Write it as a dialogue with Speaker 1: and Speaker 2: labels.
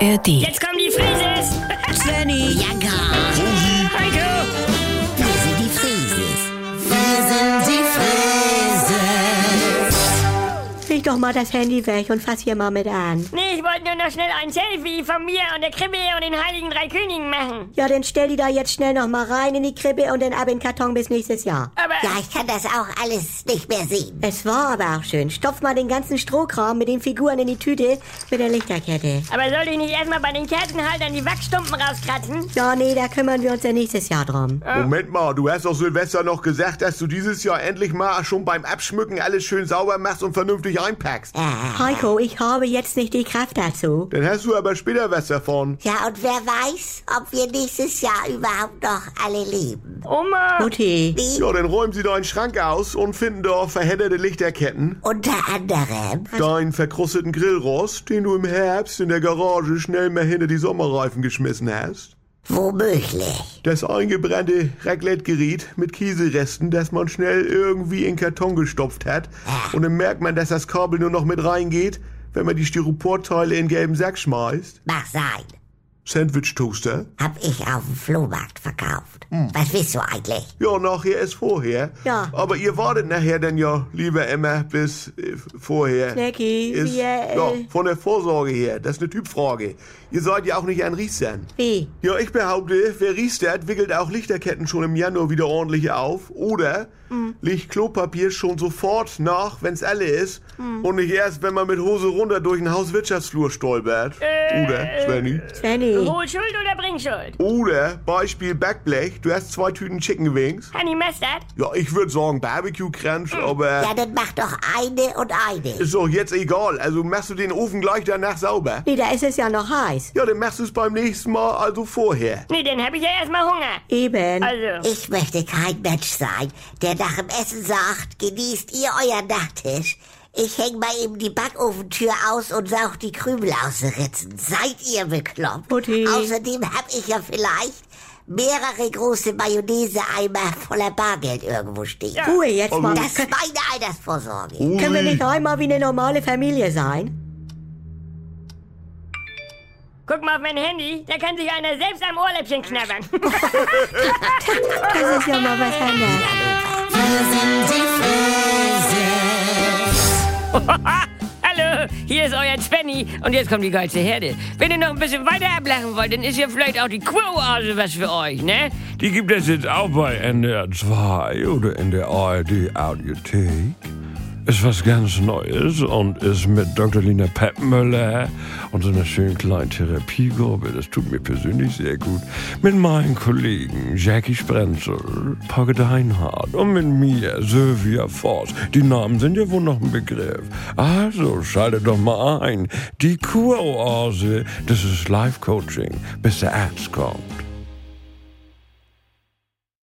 Speaker 1: ARD.
Speaker 2: Jetzt kommen die Frises!
Speaker 3: Svenny,
Speaker 4: Ja, gar.
Speaker 2: Heiko!
Speaker 4: Wir sind die Frieses. Wir sind die Frieses.
Speaker 3: leg doch mal das Handy weg und fass hier mal mit an.
Speaker 2: Nee, ich wollte nur noch schnell ein Selfie von mir und der Krippe und den Heiligen Drei Königen machen.
Speaker 3: Ja, dann stell die da jetzt schnell noch mal rein in die Krippe und dann ab in den Karton bis nächstes Jahr.
Speaker 2: Aber.
Speaker 4: Ja, ich kann das auch alles nicht mehr sehen.
Speaker 3: Es war aber auch schön. Stopf mal den ganzen Strohkram mit den Figuren in die Tüte mit der Lichterkette.
Speaker 2: Aber sollte ich nicht erstmal bei den Kerzenhaltern die Wachsstumpen rauskratzen?
Speaker 3: Ja, nee, da kümmern wir uns ja nächstes Jahr drum.
Speaker 5: Moment mal, du hast doch Silvester noch gesagt, dass du dieses Jahr endlich mal schon beim Abschmücken alles schön sauber machst und vernünftig einpackst.
Speaker 4: Äh,
Speaker 3: Heiko, ich habe jetzt nicht die Kraft dazu.
Speaker 5: Dann hast du aber später was davon.
Speaker 4: Ja, und wer weiß, ob wir nächstes Jahr überhaupt noch alle leben.
Speaker 2: Oma!
Speaker 3: Mutti,
Speaker 4: Wie
Speaker 5: Ja, dann räumen sie deinen Schrank aus und finden da verhedderte Lichterketten,
Speaker 4: unter anderem.
Speaker 5: deinen verkrusteten Grillrost, den du im Herbst in der Garage schnell mal hinter die Sommerreifen geschmissen hast,
Speaker 4: Womöglich.
Speaker 5: das eingebrannte Raclette-Gerät mit Käseresten, das man schnell irgendwie in Karton gestopft hat und dann merkt man, dass das Kabel nur noch mit reingeht, wenn man die Styroporteile in gelben Sack schmeißt,
Speaker 4: Mag sein.
Speaker 5: Sandwich-Toaster.
Speaker 4: Hab ich auf dem Flohmarkt verkauft.
Speaker 5: Hm.
Speaker 4: Was willst du eigentlich?
Speaker 5: Ja, nachher ist vorher.
Speaker 3: Ja.
Speaker 5: Aber ihr wartet nachher denn ja, lieber Emma, bis äh, vorher.
Speaker 3: Snacki,
Speaker 5: ist,
Speaker 3: wir, äh,
Speaker 5: ja, von der Vorsorge her, das ist eine Typfrage. Ihr seid ja auch nicht ein Riestern.
Speaker 3: wie?
Speaker 5: Ja, ich behaupte, wer riestert, wickelt auch Lichterketten schon im Januar wieder ordentlich auf. Oder legt Klopapier schon sofort nach, wenn's alle ist. Und nicht erst, wenn man mit Hose runter durch den Hauswirtschaftsflur stolpert. Oder, Svenny?
Speaker 3: Svenny,
Speaker 2: Hol Schuld oder bring Schuld?
Speaker 5: Oder, Beispiel Backblech, du hast zwei Tüten Chicken Wings.
Speaker 2: Honey Mustard?
Speaker 5: Ja, ich würde sagen Barbecue Crunch, aber
Speaker 4: Ja, dann mach doch eine und eine.
Speaker 5: ist doch jetzt egal. Also machst du den Ofen gleich danach sauber?
Speaker 3: nee, da ist es ja noch heiß.
Speaker 5: Ja, dann machst du es beim nächsten Mal, also vorher.
Speaker 2: Nee, dann hab ich ja erstmal Hunger.
Speaker 3: Eben.
Speaker 2: Also.
Speaker 4: Ich möchte kein Mensch sein, der nach dem Essen sagt, genießt ihr euren Nachtisch. Ich häng mal eben die Backofentür aus und saug die Krümel aus den Ritzen. Seid ihr bekloppt?
Speaker 3: Mutti.
Speaker 4: Außerdem hab ich ja vielleicht mehrere große Mayonnaise-Eimer voller Bargeld irgendwo stehen.
Speaker 3: Ruhe jetzt mal.
Speaker 5: Also,
Speaker 4: Das ist
Speaker 3: Kö-
Speaker 4: meine Altersvorsorge.
Speaker 3: Können wir
Speaker 5: Ui.
Speaker 3: nicht einmal wie eine normale Familie sein?
Speaker 2: Guck mal auf mein Handy, da kann sich einer selbst am Ohrläppchen knabbern.
Speaker 3: Das ist ja mal was anderes.
Speaker 2: Hallo, hier ist euer Svenny und jetzt kommt die geilste Herde. Wenn ihr noch ein bisschen weiter ablachen wollt, dann ist ja vielleicht auch die Quo-Ase was für euch, ne?
Speaker 6: Die gibt es jetzt auch bei NDR 2 oder in der ARD Audiothek. Ist was ganz Neues und ist mit Dr. Lina Peppmüller und so einer schönen kleinen Therapiegruppe, das tut mir persönlich sehr gut, mit meinen Kollegen Jackie Sprenzel, Pogge Deinhardt und mit mir Sylvia Voss. Die Namen sind ja wohl noch ein Begriff. Also schaltet doch mal ein. Die Kuroase, das ist Life-Coaching, bis der Arzt kommt.